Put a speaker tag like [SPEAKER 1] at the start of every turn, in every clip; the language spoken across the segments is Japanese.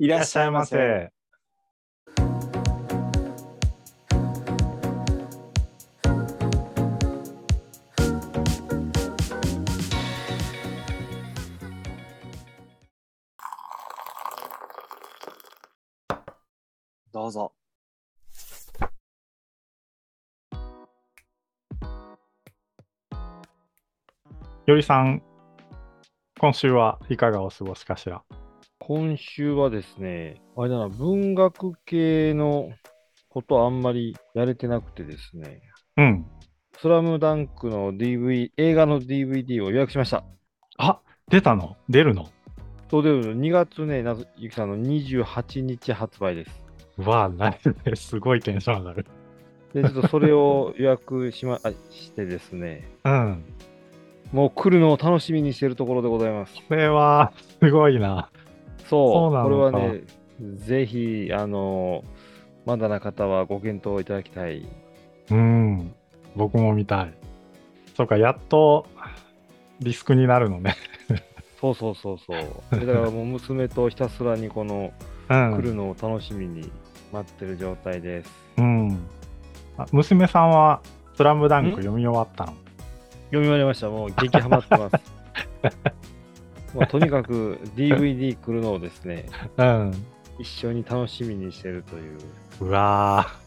[SPEAKER 1] い
[SPEAKER 2] い
[SPEAKER 1] らっしゃいませ。。
[SPEAKER 2] どうぞ。
[SPEAKER 1] よりさん、今週はいかがお過ごしかしら。
[SPEAKER 3] 今週はですね、あれだな、文学系のことあんまりやれてなくてですね、
[SPEAKER 1] うん。
[SPEAKER 3] スラムダンクの DV、映画の DVD を予約しました。
[SPEAKER 1] あ、出たの出るの
[SPEAKER 3] そうで2月ね、なずゆきさんの28日発売です。
[SPEAKER 1] うわあ、ライブですごいテンション上がる。
[SPEAKER 3] で、ちょっとそれを予約しま、 あしてですね、
[SPEAKER 1] うん。
[SPEAKER 3] もう来るのを楽しみにしてるところでございます。
[SPEAKER 1] これは、すごいな。
[SPEAKER 3] そう、
[SPEAKER 1] そうなの
[SPEAKER 3] これ
[SPEAKER 1] か
[SPEAKER 3] はね、ぜひ、あの、まだな方はご検討いただきたい。
[SPEAKER 1] うん。僕も見たい。そうか、やっと、ディスクになるのね。
[SPEAKER 3] そうそうそう そう。でだからもう娘とひたすらにこの
[SPEAKER 1] う
[SPEAKER 3] 来る
[SPEAKER 1] ん。
[SPEAKER 3] のを楽しみに待ってる状態です。
[SPEAKER 1] うん。あ娘さんは、スラムダンク読み終わったの。
[SPEAKER 3] 読み終わりました。もう激ハマって ます。もうとにかく DVD 来るのをですね、
[SPEAKER 1] うん。
[SPEAKER 3] 一緒に楽しみにしてるという。
[SPEAKER 1] うわあ。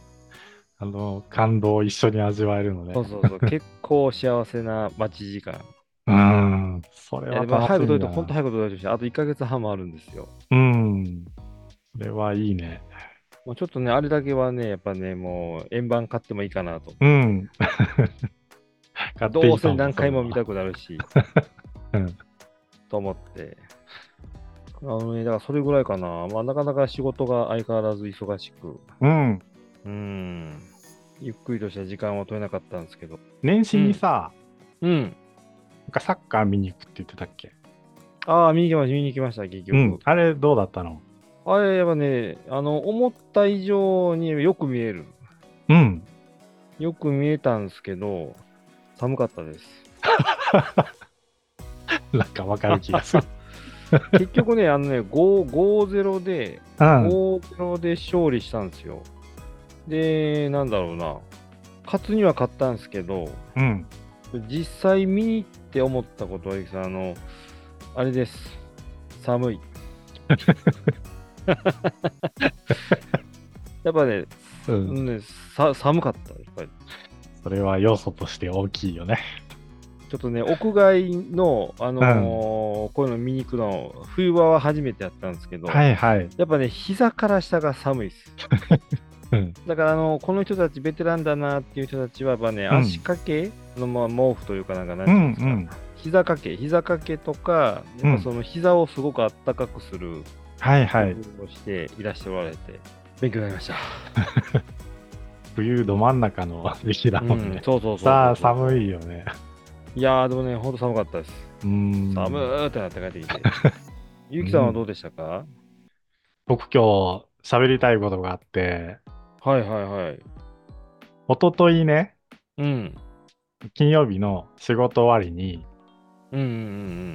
[SPEAKER 1] あの、感動を一緒に味わえるのね。
[SPEAKER 3] そうそう そう。結構幸せな待ち時間。
[SPEAKER 1] うん。それ
[SPEAKER 3] いや
[SPEAKER 1] は
[SPEAKER 3] でも
[SPEAKER 1] 楽し
[SPEAKER 3] 早く
[SPEAKER 1] み
[SPEAKER 3] 撮
[SPEAKER 1] だ
[SPEAKER 3] ると、
[SPEAKER 1] な。
[SPEAKER 3] 本当早く撮るとして、あと1ヶ月半もあるんですよ。
[SPEAKER 1] うん。それはいいね。
[SPEAKER 3] もうちょっとね、あれだけはね、やっぱね、もう円盤買ってもいいかなと。
[SPEAKER 1] うん。買っていいと思
[SPEAKER 3] どうせ何回も見たくなるし、
[SPEAKER 1] うん
[SPEAKER 3] と思って。あのね、だからそれぐらいかな。まあ、なかなか仕事が相変わらず忙しく、
[SPEAKER 1] うん。
[SPEAKER 3] うん、ゆっくりとした時間は取れなかったんですけど。
[SPEAKER 1] 年始にさ、
[SPEAKER 3] うん。
[SPEAKER 1] なんかサッカー見に行くって言ってたっけ
[SPEAKER 3] ああ、見に行きました、見に行きました、結局。
[SPEAKER 1] うん。あれどうだったの
[SPEAKER 3] あれ、やっぱね、あの、思った以上によく見える。
[SPEAKER 1] うん。
[SPEAKER 3] よく見えたんですけど、寒かっ たです。
[SPEAKER 1] なんかわかる気がする。
[SPEAKER 3] 結局ね、あのね、5、5-0で、
[SPEAKER 1] うん。
[SPEAKER 3] 5-0で勝利したんですよ。で、なんだろうな、勝つには勝ったんですけど、
[SPEAKER 1] うん。
[SPEAKER 3] 実際見に行って思ったことは、ゆきさん、あの、あれです、 寒い。やっぱね、
[SPEAKER 1] うん。
[SPEAKER 3] ねさ寒かった、やっぱり。
[SPEAKER 1] それは要素として大きいよね。
[SPEAKER 3] ちょっとね、屋外の、あのーこういうの見に行くの、冬場は初めてやったんですけど、
[SPEAKER 1] はいはい。
[SPEAKER 3] やっぱね、膝から下が寒いです。
[SPEAKER 1] うん。
[SPEAKER 3] だからあのこの人たちベテランだなっていう人たちはやっぱね、
[SPEAKER 1] うん
[SPEAKER 3] 足掛けの、まあ、毛布というかなんかなん
[SPEAKER 1] う
[SPEAKER 3] ていうんんですか、
[SPEAKER 1] うん。
[SPEAKER 3] 膝掛け膝掛けとか
[SPEAKER 1] うん
[SPEAKER 3] やっぱその膝をすごくあったかくする
[SPEAKER 1] はいはい
[SPEAKER 3] 工。夫をしていらしておられて勉強になりました、
[SPEAKER 1] 冬ど真ん中の時期だもん
[SPEAKER 3] うん
[SPEAKER 1] ね。
[SPEAKER 3] そうそうそう
[SPEAKER 1] さあ、寒
[SPEAKER 3] い
[SPEAKER 1] いよね。
[SPEAKER 3] いやーでもねほんと寒かったです
[SPEAKER 1] うん。
[SPEAKER 3] 寒ーってなって帰って きてゆきさんはどうでしたか、
[SPEAKER 1] 僕今日喋りたいことがあって、
[SPEAKER 3] はいはいはい
[SPEAKER 1] 一昨日ね、
[SPEAKER 3] うん
[SPEAKER 1] 金曜日の仕事終わりに、
[SPEAKER 3] うんうんう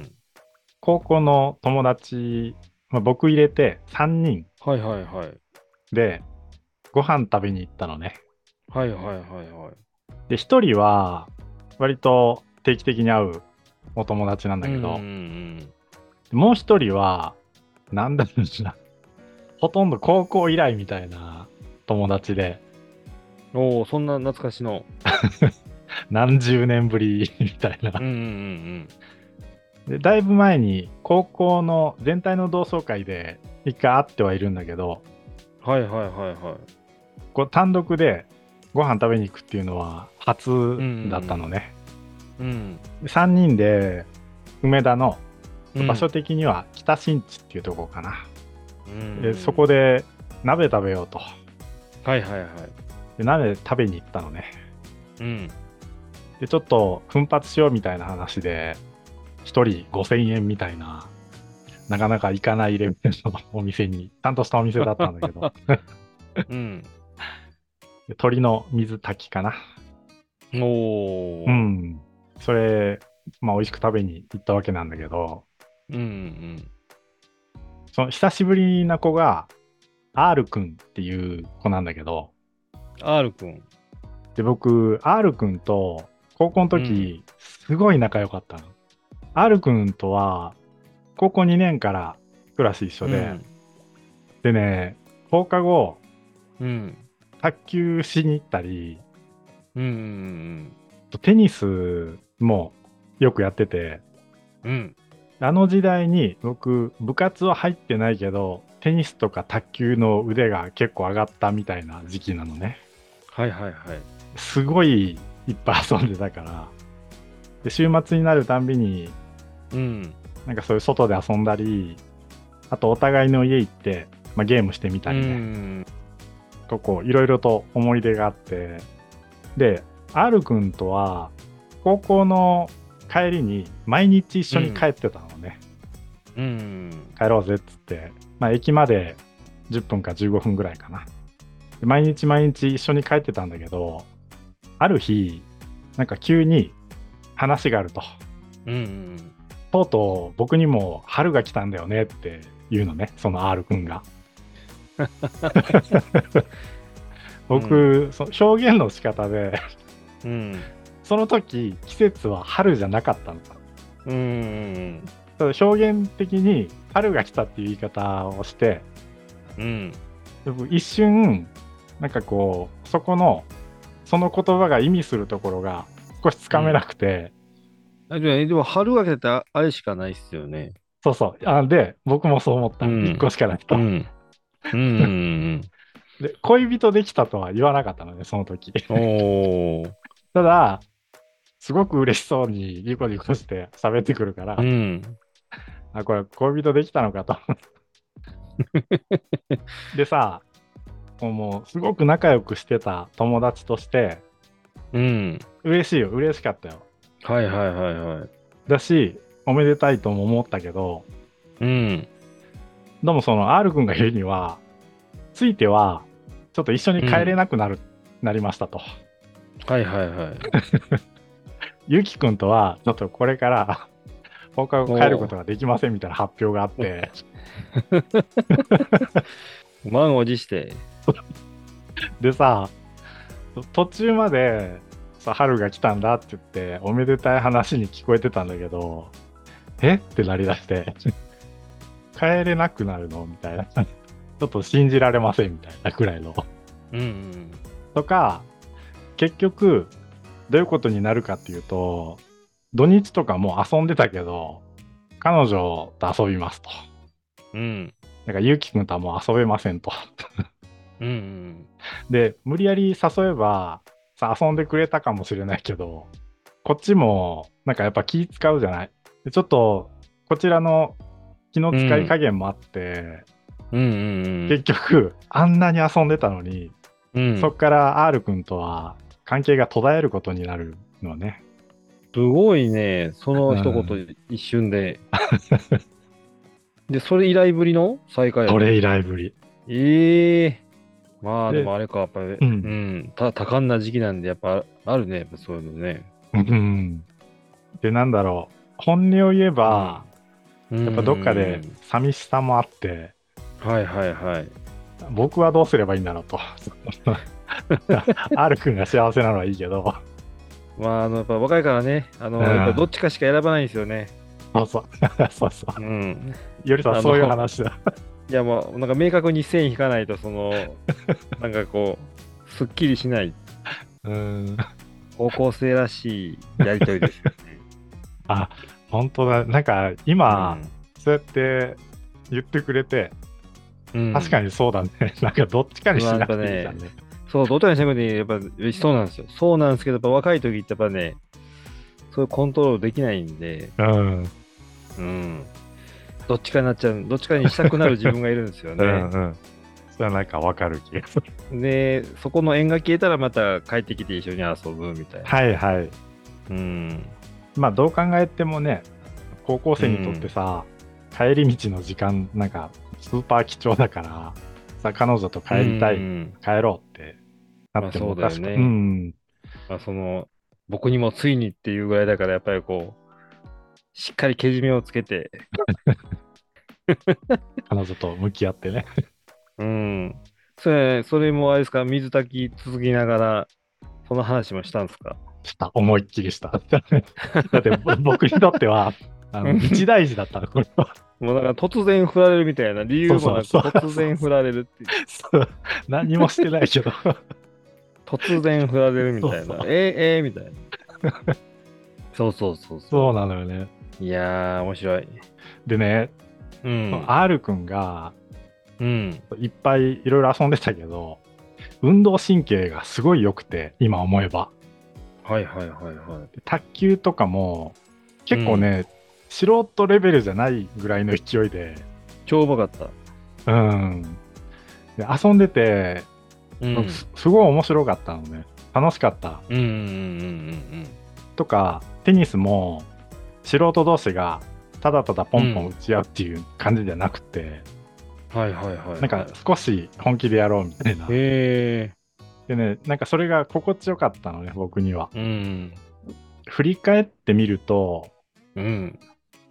[SPEAKER 3] ん
[SPEAKER 1] 高校の友達、まあ、僕入れて3人
[SPEAKER 3] うんはいはいはい
[SPEAKER 1] でご飯食べに行ったのね。
[SPEAKER 3] はいはいはいはい
[SPEAKER 1] で、1人は割と定期的に会うお友達なんだけど、
[SPEAKER 3] うんうん
[SPEAKER 1] もう1人は、なんだろうな、ほとんど高校以来みたいな友達で、
[SPEAKER 3] うん、おおそんな懐かしの
[SPEAKER 1] 何十年ぶりみたいな
[SPEAKER 3] うん。うんうん
[SPEAKER 1] でだいぶ前に高校の全体の同窓会で一回会ってはいるんだけど
[SPEAKER 3] うんはいはいはいはい
[SPEAKER 1] こう単独でご飯食べに行くっていうのは初だったのね、
[SPEAKER 3] うん
[SPEAKER 1] 3人で梅田の
[SPEAKER 3] うん
[SPEAKER 1] 場所的には北新地っていうとこかな、
[SPEAKER 3] うん
[SPEAKER 1] でそこで鍋食べようと
[SPEAKER 3] はいはいはい
[SPEAKER 1] で鍋食べに行ったのね
[SPEAKER 3] うん
[SPEAKER 1] でちょっと奮発しようみたいな話で1人5000円みたいななかなか行かないレベルのお店にちゃんとしたお店だったんだけ ど
[SPEAKER 3] うん
[SPEAKER 1] で鳥の水炊きかな。
[SPEAKER 3] おお
[SPEAKER 1] うん。それ、まあ、美味しく食べに行ったわけなんだけど、
[SPEAKER 3] うんうん
[SPEAKER 1] その久しぶりな子が R 君っていう子なんだけど、
[SPEAKER 3] R 君。
[SPEAKER 1] で僕 R 君と高校の時、すごい仲良かったの。R 君とは高校2年からクラス一緒で、でね放課後
[SPEAKER 3] うん。うん。
[SPEAKER 1] 卓球しに行ったり
[SPEAKER 3] うんうん
[SPEAKER 1] テニスもよくやってて
[SPEAKER 3] うん。うん。
[SPEAKER 1] あの時代に僕部活は入ってないけどテニスとか卓球の腕が結構上がったみたいな時期なのね
[SPEAKER 3] はいはいはい。
[SPEAKER 1] すごいいっぱい遊んでたからで週末になるたんびに
[SPEAKER 3] うん。
[SPEAKER 1] なんかそういう外で遊んだりあとお互いの家行って、まあ、ゲームしてみた
[SPEAKER 3] う
[SPEAKER 1] りね、
[SPEAKER 3] ん。
[SPEAKER 1] とこういろいろと思い出があってで R 君とは高校の帰りに毎日一緒に帰ってたのね、
[SPEAKER 3] うん。
[SPEAKER 1] 帰ろうぜっつって、まあ、駅まで10分か15分ぐらいかなで毎日毎日一緒に帰ってたんだけどある日なんか急に話があると
[SPEAKER 3] うん。
[SPEAKER 1] とうとう僕にも春が来たんだよねって言うのねその R 君が僕、その表現の仕方で
[SPEAKER 3] うん。
[SPEAKER 1] その時季節は春じゃなかったのか
[SPEAKER 3] うん。
[SPEAKER 1] ただ表現的に春が来たっていう言い方をして
[SPEAKER 3] うん。
[SPEAKER 1] 僕一瞬なんかこうそこのその言葉が意味するところが少しつかめなくて、
[SPEAKER 3] あでも、でも春明けってああれしかないっすよね。
[SPEAKER 1] そうそうあで僕もそう思った、
[SPEAKER 3] うん
[SPEAKER 1] 1個しかないと、
[SPEAKER 3] ん。うん。
[SPEAKER 1] で恋人できたとは言わなかったのねその時
[SPEAKER 3] お ー。
[SPEAKER 1] ただすごく嬉しそうにニコニコして喋ってくるから、
[SPEAKER 3] うん。
[SPEAKER 1] あこれ恋人できたのか と。でさこうもうすごく仲良くしてた友達として
[SPEAKER 3] うん。
[SPEAKER 1] 嬉しいよ嬉しかったよ
[SPEAKER 3] はいはいはいはい。
[SPEAKER 1] だしおめでたいとも思ったけど
[SPEAKER 3] うん。
[SPEAKER 1] でもその R 君が言うにはついてはちょっと一緒に帰れなくなる、なりましたと。
[SPEAKER 3] はいはいはい。
[SPEAKER 1] ゆきくんとはちょっとこれから 放課後帰ることができませんみたいな発表があって
[SPEAKER 3] 満を持して。
[SPEAKER 1] でさ途中までさ春が来たんだって言っておめでたい話に聞こえてたんだけどえってなりだして帰れなくなるのみたいな ちょっと信じられませんみたいなくらいの
[SPEAKER 3] うん。
[SPEAKER 1] とか結局どういうことになるかっていうと土日とかもう遊んでたけど彼女と遊びますと
[SPEAKER 3] うん。
[SPEAKER 1] だからゆうきくんとはもう遊べませんと
[SPEAKER 3] うん。
[SPEAKER 1] で無理やり誘えばさ遊んでくれたかもしれないけどこっちもなんかやっぱ気使うじゃないでちょっとこちらの気の使い加減もあって、
[SPEAKER 3] うん。うん。
[SPEAKER 1] 結局あんなに遊んでたのに、
[SPEAKER 3] うん。
[SPEAKER 1] そっから R 君とは関係が途絶えることになるのね
[SPEAKER 3] すごいね、その一
[SPEAKER 1] う
[SPEAKER 3] 言一瞬で。で、それ以来ぶりの再会や
[SPEAKER 1] それ以来ぶり
[SPEAKER 3] ええまあ
[SPEAKER 1] で
[SPEAKER 3] でもあれか、やっぱり、うんん、た多感な時期なんで、やっぱあるね、やっぱそういうのね。
[SPEAKER 1] うんでなんだろう本音を言えば、
[SPEAKER 3] や
[SPEAKER 1] やっぱどっかで寂しさもあって、
[SPEAKER 3] はいはいはい。
[SPEAKER 1] 僕はどうすればいいんだろうと。R 君が幸せなのはいいけど、
[SPEAKER 3] まあ、あの、やっぱ若いからね、あの、
[SPEAKER 1] うん
[SPEAKER 3] やっぱどっちかしか選ばないんですよね。
[SPEAKER 1] そうそう、そうそ
[SPEAKER 3] うん。
[SPEAKER 1] う。よりさ
[SPEAKER 3] あ
[SPEAKER 1] ん、
[SPEAKER 3] の
[SPEAKER 1] そういう話だ。
[SPEAKER 3] いや、もう、なんか明確に線引かないと、そ の、なんかこう、すっきりしない、
[SPEAKER 1] うん。
[SPEAKER 3] 高校生らしいやりとりです よね。
[SPEAKER 1] 本当だ。なんか、今、そうやって言ってくれて、
[SPEAKER 3] うん、うん
[SPEAKER 1] 確かにそうだね。 なんか、どっちかにしなくていいじゃんね。
[SPEAKER 3] そう、どちらにしてもね、やっぱそうなんですよ。そうなんですけど、やっぱ若い時ってやっぱね、そういうコントロールできないんで、
[SPEAKER 1] うん。
[SPEAKER 3] うん。どっちかになっちゃう、どっちかにしたくなる自分がいるんですよ
[SPEAKER 1] うん
[SPEAKER 3] ね。
[SPEAKER 1] うん。それはなんかわかる気がする。
[SPEAKER 3] で、そこの縁が消えたらまた帰ってきて一緒に遊ぶみたいな。
[SPEAKER 1] はいはい。
[SPEAKER 3] うん。
[SPEAKER 1] まあ、どう考えてもね、高校生にとってさ、帰り道の時間、なんか、スーパー貴重だから、さ、彼女と帰りたい。
[SPEAKER 3] うん
[SPEAKER 1] 帰ろうってなってもお
[SPEAKER 3] ま
[SPEAKER 1] か
[SPEAKER 3] あそ
[SPEAKER 1] し
[SPEAKER 3] う
[SPEAKER 1] く、
[SPEAKER 3] だよね
[SPEAKER 1] うん、
[SPEAKER 3] まあ、その、僕にもついにっていうぐらいだから、やっぱりこう、しっかりけじめをつけて、
[SPEAKER 1] 彼女と向き合ってね。
[SPEAKER 3] うん。それ、それもあれですか、水炊き続きながら、その話もしたんですか
[SPEAKER 1] した、思いっきりした。 だってぼ僕にとっては、あの
[SPEAKER 3] うん
[SPEAKER 1] 一大事だったの、これは。
[SPEAKER 3] もうだから突然振られるみたいな理由もなく
[SPEAKER 1] そうそうそう
[SPEAKER 3] 突然振られるっていう
[SPEAKER 1] そう何もしてない けど。
[SPEAKER 3] 突然振られるみたい
[SPEAKER 1] そう
[SPEAKER 3] な
[SPEAKER 1] そう
[SPEAKER 3] えー、えー、みたいな そうそうそうそ
[SPEAKER 1] そうなのよね。
[SPEAKER 3] ういやー面白い
[SPEAKER 1] でね、
[SPEAKER 3] うん、
[SPEAKER 1] R 君が
[SPEAKER 3] うん、
[SPEAKER 1] いっぱいいろいろ遊んでたけど、運動神経がすごい良くて、今思えば。
[SPEAKER 3] はいはいはいはい
[SPEAKER 1] 卓球とかも、結構ね、素人レベルじゃないぐらいの勢いで、
[SPEAKER 3] 超うまかった、
[SPEAKER 1] うん。で遊んでて、
[SPEAKER 3] うん、うん
[SPEAKER 1] すすごい面白かったのね。楽しかった。
[SPEAKER 3] うんうんうん
[SPEAKER 1] とかテニスも素人同士がただただポンポン打ち合うっていう感じじゃなくて、
[SPEAKER 3] うんはいはいはい
[SPEAKER 1] なんか少し本気でやろうみたいな。
[SPEAKER 3] へ
[SPEAKER 1] でねなんかそれが心地よかったのね僕には。
[SPEAKER 3] えうん
[SPEAKER 1] 振り返ってみると
[SPEAKER 3] うん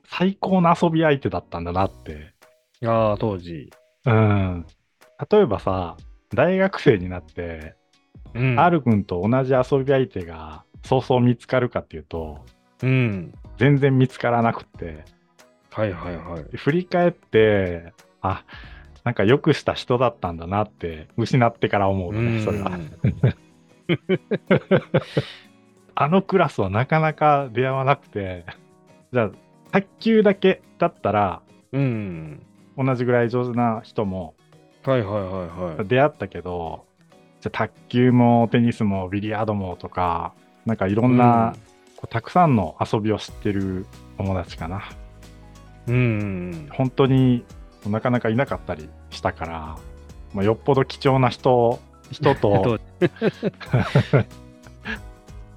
[SPEAKER 1] 最高の遊び相手だったんだなって。
[SPEAKER 3] ああ当時、
[SPEAKER 1] うん、例えばさ大学生になって、
[SPEAKER 3] うん、
[SPEAKER 1] R 君と同じ遊び相手がそうそう見つかるかっていうと
[SPEAKER 3] うん
[SPEAKER 1] 全然見つからなくって。
[SPEAKER 3] はいはいはい
[SPEAKER 1] 振り返ってあなんかよくした人だったんだなって失ってから思う
[SPEAKER 3] う
[SPEAKER 1] ね
[SPEAKER 3] ん
[SPEAKER 1] それはあのクラスはなかなか出会わなくてじゃあ卓球だけだったら
[SPEAKER 3] うん
[SPEAKER 1] 同じぐらい上手な人も
[SPEAKER 3] はいはいはいはい
[SPEAKER 1] 出会ったけどじゃあ卓球もテニスもビリヤードもとかなんかいろんな、こうたくさんの遊びを知ってる友達かな
[SPEAKER 3] うんうん
[SPEAKER 1] 本当になかなかいなかったりしたから、まあ、よっぽど貴重な人人 と
[SPEAKER 3] 当時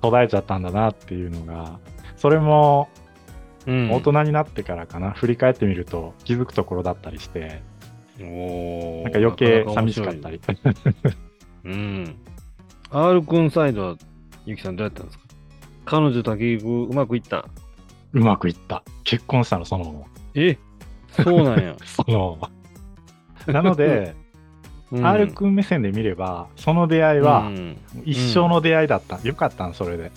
[SPEAKER 1] 途絶えちゃったんだなっていうのがそれも
[SPEAKER 3] うん
[SPEAKER 1] 大人になってからかな、振り返ってみると気づくところだったりして
[SPEAKER 3] おー
[SPEAKER 1] なんか余計
[SPEAKER 3] なな
[SPEAKER 1] 寂
[SPEAKER 3] 面
[SPEAKER 1] し
[SPEAKER 3] 白い
[SPEAKER 1] かったり
[SPEAKER 3] うん。R 君サイドは、ゆきさんどうやったんですか彼女と結局うまくいった。
[SPEAKER 1] うまくいった結婚したのその後。
[SPEAKER 3] えそうなんや
[SPEAKER 1] その後なので、
[SPEAKER 3] うん
[SPEAKER 1] R 君目線で見ればその出会い
[SPEAKER 3] うん
[SPEAKER 1] は一生の出会いだった、よかったのそれで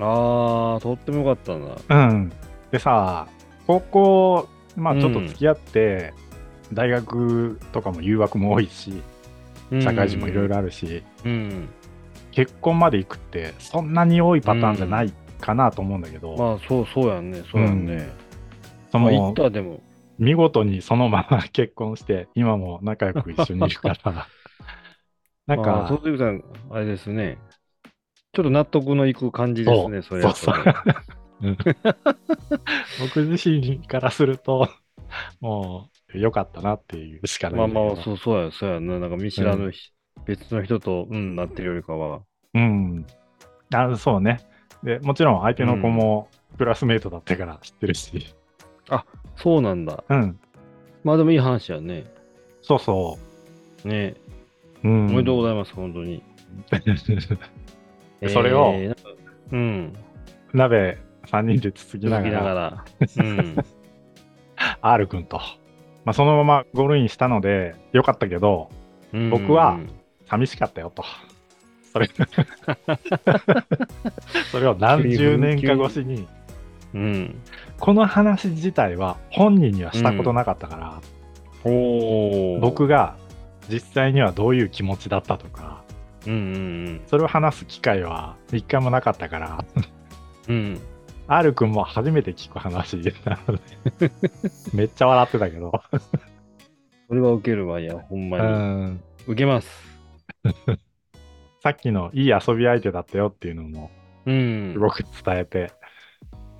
[SPEAKER 3] ああ、とってもよかったんだ。
[SPEAKER 1] うんでさ高校まあ
[SPEAKER 3] うん
[SPEAKER 1] ちょっと付き合って、大学とかも誘惑も多いし
[SPEAKER 3] うん
[SPEAKER 1] 社会人もいろいろ。あるし、
[SPEAKER 3] うん。
[SPEAKER 1] 結婚まで行くってそんなに多いパターンじゃないかなと思うんだけど、
[SPEAKER 3] まあ、そう、そうやんね。そうやんね。
[SPEAKER 1] そ
[SPEAKER 3] まあ、行
[SPEAKER 1] の
[SPEAKER 3] ったでも。
[SPEAKER 1] 見事にそのまま 結婚して今も仲良く一緒にいるからな ん
[SPEAKER 3] ま
[SPEAKER 1] か
[SPEAKER 3] あ、とってもさん、あれですね。ちょっと納得のいく感じですね、それ
[SPEAKER 1] そう
[SPEAKER 3] は
[SPEAKER 1] そう
[SPEAKER 3] れで
[SPEAKER 1] 僕自身からするともう良かったなっていうしか
[SPEAKER 3] ま
[SPEAKER 1] な
[SPEAKER 3] あ
[SPEAKER 1] いんだけど
[SPEAKER 3] まあ、そう、そうや、そうやな。なんか見知らぬひ、別の人と、うん、なってるよりかは。
[SPEAKER 1] うんあそうねでもちろん相手の子もクラスメートだったから知ってるし
[SPEAKER 3] そうなんだ。
[SPEAKER 1] うん
[SPEAKER 3] まあでもいい話やね。
[SPEAKER 1] そうそ
[SPEAKER 3] ね
[SPEAKER 1] う、うん、
[SPEAKER 3] おめでとうご
[SPEAKER 1] ざい
[SPEAKER 3] ざいます、本当に。
[SPEAKER 1] ますそれを
[SPEAKER 3] えーなんかうん。
[SPEAKER 1] 鍋3人でつつき
[SPEAKER 3] 続き
[SPEAKER 1] なが
[SPEAKER 3] な
[SPEAKER 1] ら
[SPEAKER 3] が ら。うん。
[SPEAKER 1] R 君と、まあ、そのままゴールインしたのでよかったけど
[SPEAKER 3] うん
[SPEAKER 1] 僕は、寂しかったよとそ れそれを何十年か越しに
[SPEAKER 3] うん。
[SPEAKER 1] この話自体は本人にはしたことなかったから、
[SPEAKER 3] おー。
[SPEAKER 1] 僕が実際にはどういう気持ちだったとか
[SPEAKER 3] うんうん
[SPEAKER 1] それを話す機会は一回もなかったから
[SPEAKER 3] うん。うん。
[SPEAKER 1] R 君も初めて聞く話なので めっちゃ笑ってたけど
[SPEAKER 3] それは受けるわ、いや、ほん
[SPEAKER 1] う
[SPEAKER 3] まに。
[SPEAKER 1] ん
[SPEAKER 3] 受けます。
[SPEAKER 1] さっきのいい遊び相手だったよっていうのも
[SPEAKER 3] うん
[SPEAKER 1] す。ごく伝えて、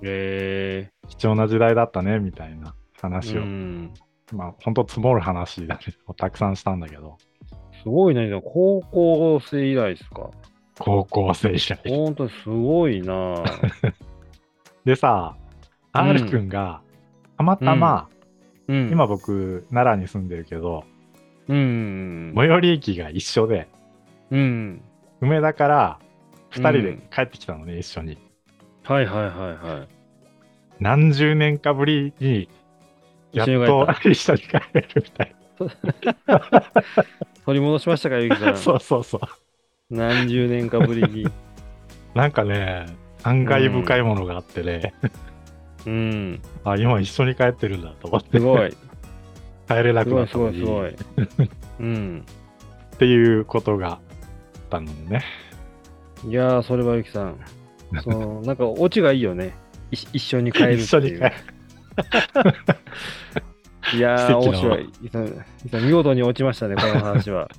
[SPEAKER 3] え
[SPEAKER 1] 貴重な時代だったねみたいな話
[SPEAKER 3] ー。
[SPEAKER 1] を、
[SPEAKER 3] うん。
[SPEAKER 1] まあ本当積もる話だけどたくさんしたんだけど
[SPEAKER 3] すごいね。でも高校生以来ですか。
[SPEAKER 1] 高校生以来
[SPEAKER 3] ほんとすご いな
[SPEAKER 1] でさ
[SPEAKER 3] うん
[SPEAKER 1] R 君がたまたま、
[SPEAKER 3] うん。
[SPEAKER 1] 今僕奈良に住んでるけど、
[SPEAKER 3] うん。
[SPEAKER 1] 最寄り駅が一緒で
[SPEAKER 3] うん。
[SPEAKER 1] 梅田から2人
[SPEAKER 3] う
[SPEAKER 1] で
[SPEAKER 3] ん
[SPEAKER 1] 帰ってきたのね、一緒に
[SPEAKER 3] はいはいはいはい。
[SPEAKER 1] 何十年かぶりにやっ
[SPEAKER 3] 一緒に帰っ
[SPEAKER 1] と
[SPEAKER 3] た。
[SPEAKER 1] 一緒に帰れるみたい
[SPEAKER 3] 取り戻しましたか、ゆきさ
[SPEAKER 1] な。
[SPEAKER 3] ん。
[SPEAKER 1] そうそうそう。
[SPEAKER 3] 何十年かぶり に。
[SPEAKER 1] なんかね、感慨深いものがあってね、
[SPEAKER 3] うん。
[SPEAKER 1] あ、今一緒に帰ってるんだと思って、
[SPEAKER 3] すご
[SPEAKER 1] 帰
[SPEAKER 3] い。
[SPEAKER 1] れな
[SPEAKER 3] す
[SPEAKER 1] く
[SPEAKER 3] ご
[SPEAKER 1] なっ
[SPEAKER 3] い、す
[SPEAKER 1] た
[SPEAKER 3] ご
[SPEAKER 1] の
[SPEAKER 3] い、
[SPEAKER 1] に
[SPEAKER 3] す ごい。うん。
[SPEAKER 1] っていうことがあったのね。
[SPEAKER 3] いやー、それはゆきさん。そ の、なんか、オチがいいよね。い一緒に帰るっ
[SPEAKER 1] 一
[SPEAKER 3] て
[SPEAKER 1] 緒に
[SPEAKER 3] い
[SPEAKER 1] 帰
[SPEAKER 3] う
[SPEAKER 1] る。。
[SPEAKER 3] いやー、
[SPEAKER 1] 奇跡
[SPEAKER 3] 面
[SPEAKER 1] の
[SPEAKER 3] 白い。ゆきさんゆきさん見事に落ちましたね、この 話は。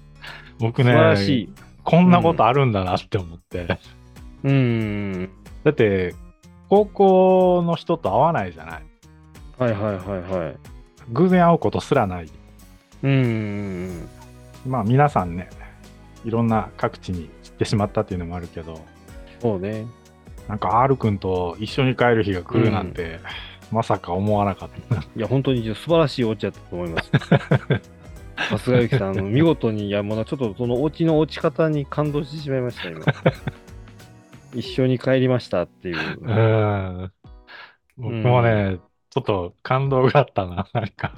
[SPEAKER 1] 僕
[SPEAKER 3] 素晴らし
[SPEAKER 1] ね、
[SPEAKER 3] い。
[SPEAKER 1] こんなことあるんだなって思って。
[SPEAKER 3] うん。
[SPEAKER 1] だって、高校の人と会わないじゃない。
[SPEAKER 3] はいはいはいはい。
[SPEAKER 1] 偶然会うことすらない。
[SPEAKER 3] うん。
[SPEAKER 1] まあ皆さんね、いろんな各地に行ってしまったっていうのもあるけど、
[SPEAKER 3] そうね。
[SPEAKER 1] なんか R 君と一緒に帰る日が来るなんて、まさか思わなかった。
[SPEAKER 3] いや、本当に素晴らしいオチだったと思います。さすがゆきさん、あの見事に、いや、もうなちょっとそのオチの落ち方に感動してしまいました、今。一緒に帰りましたっていう。
[SPEAKER 1] うん。僕もね、ちょっと感動があったな、なんか。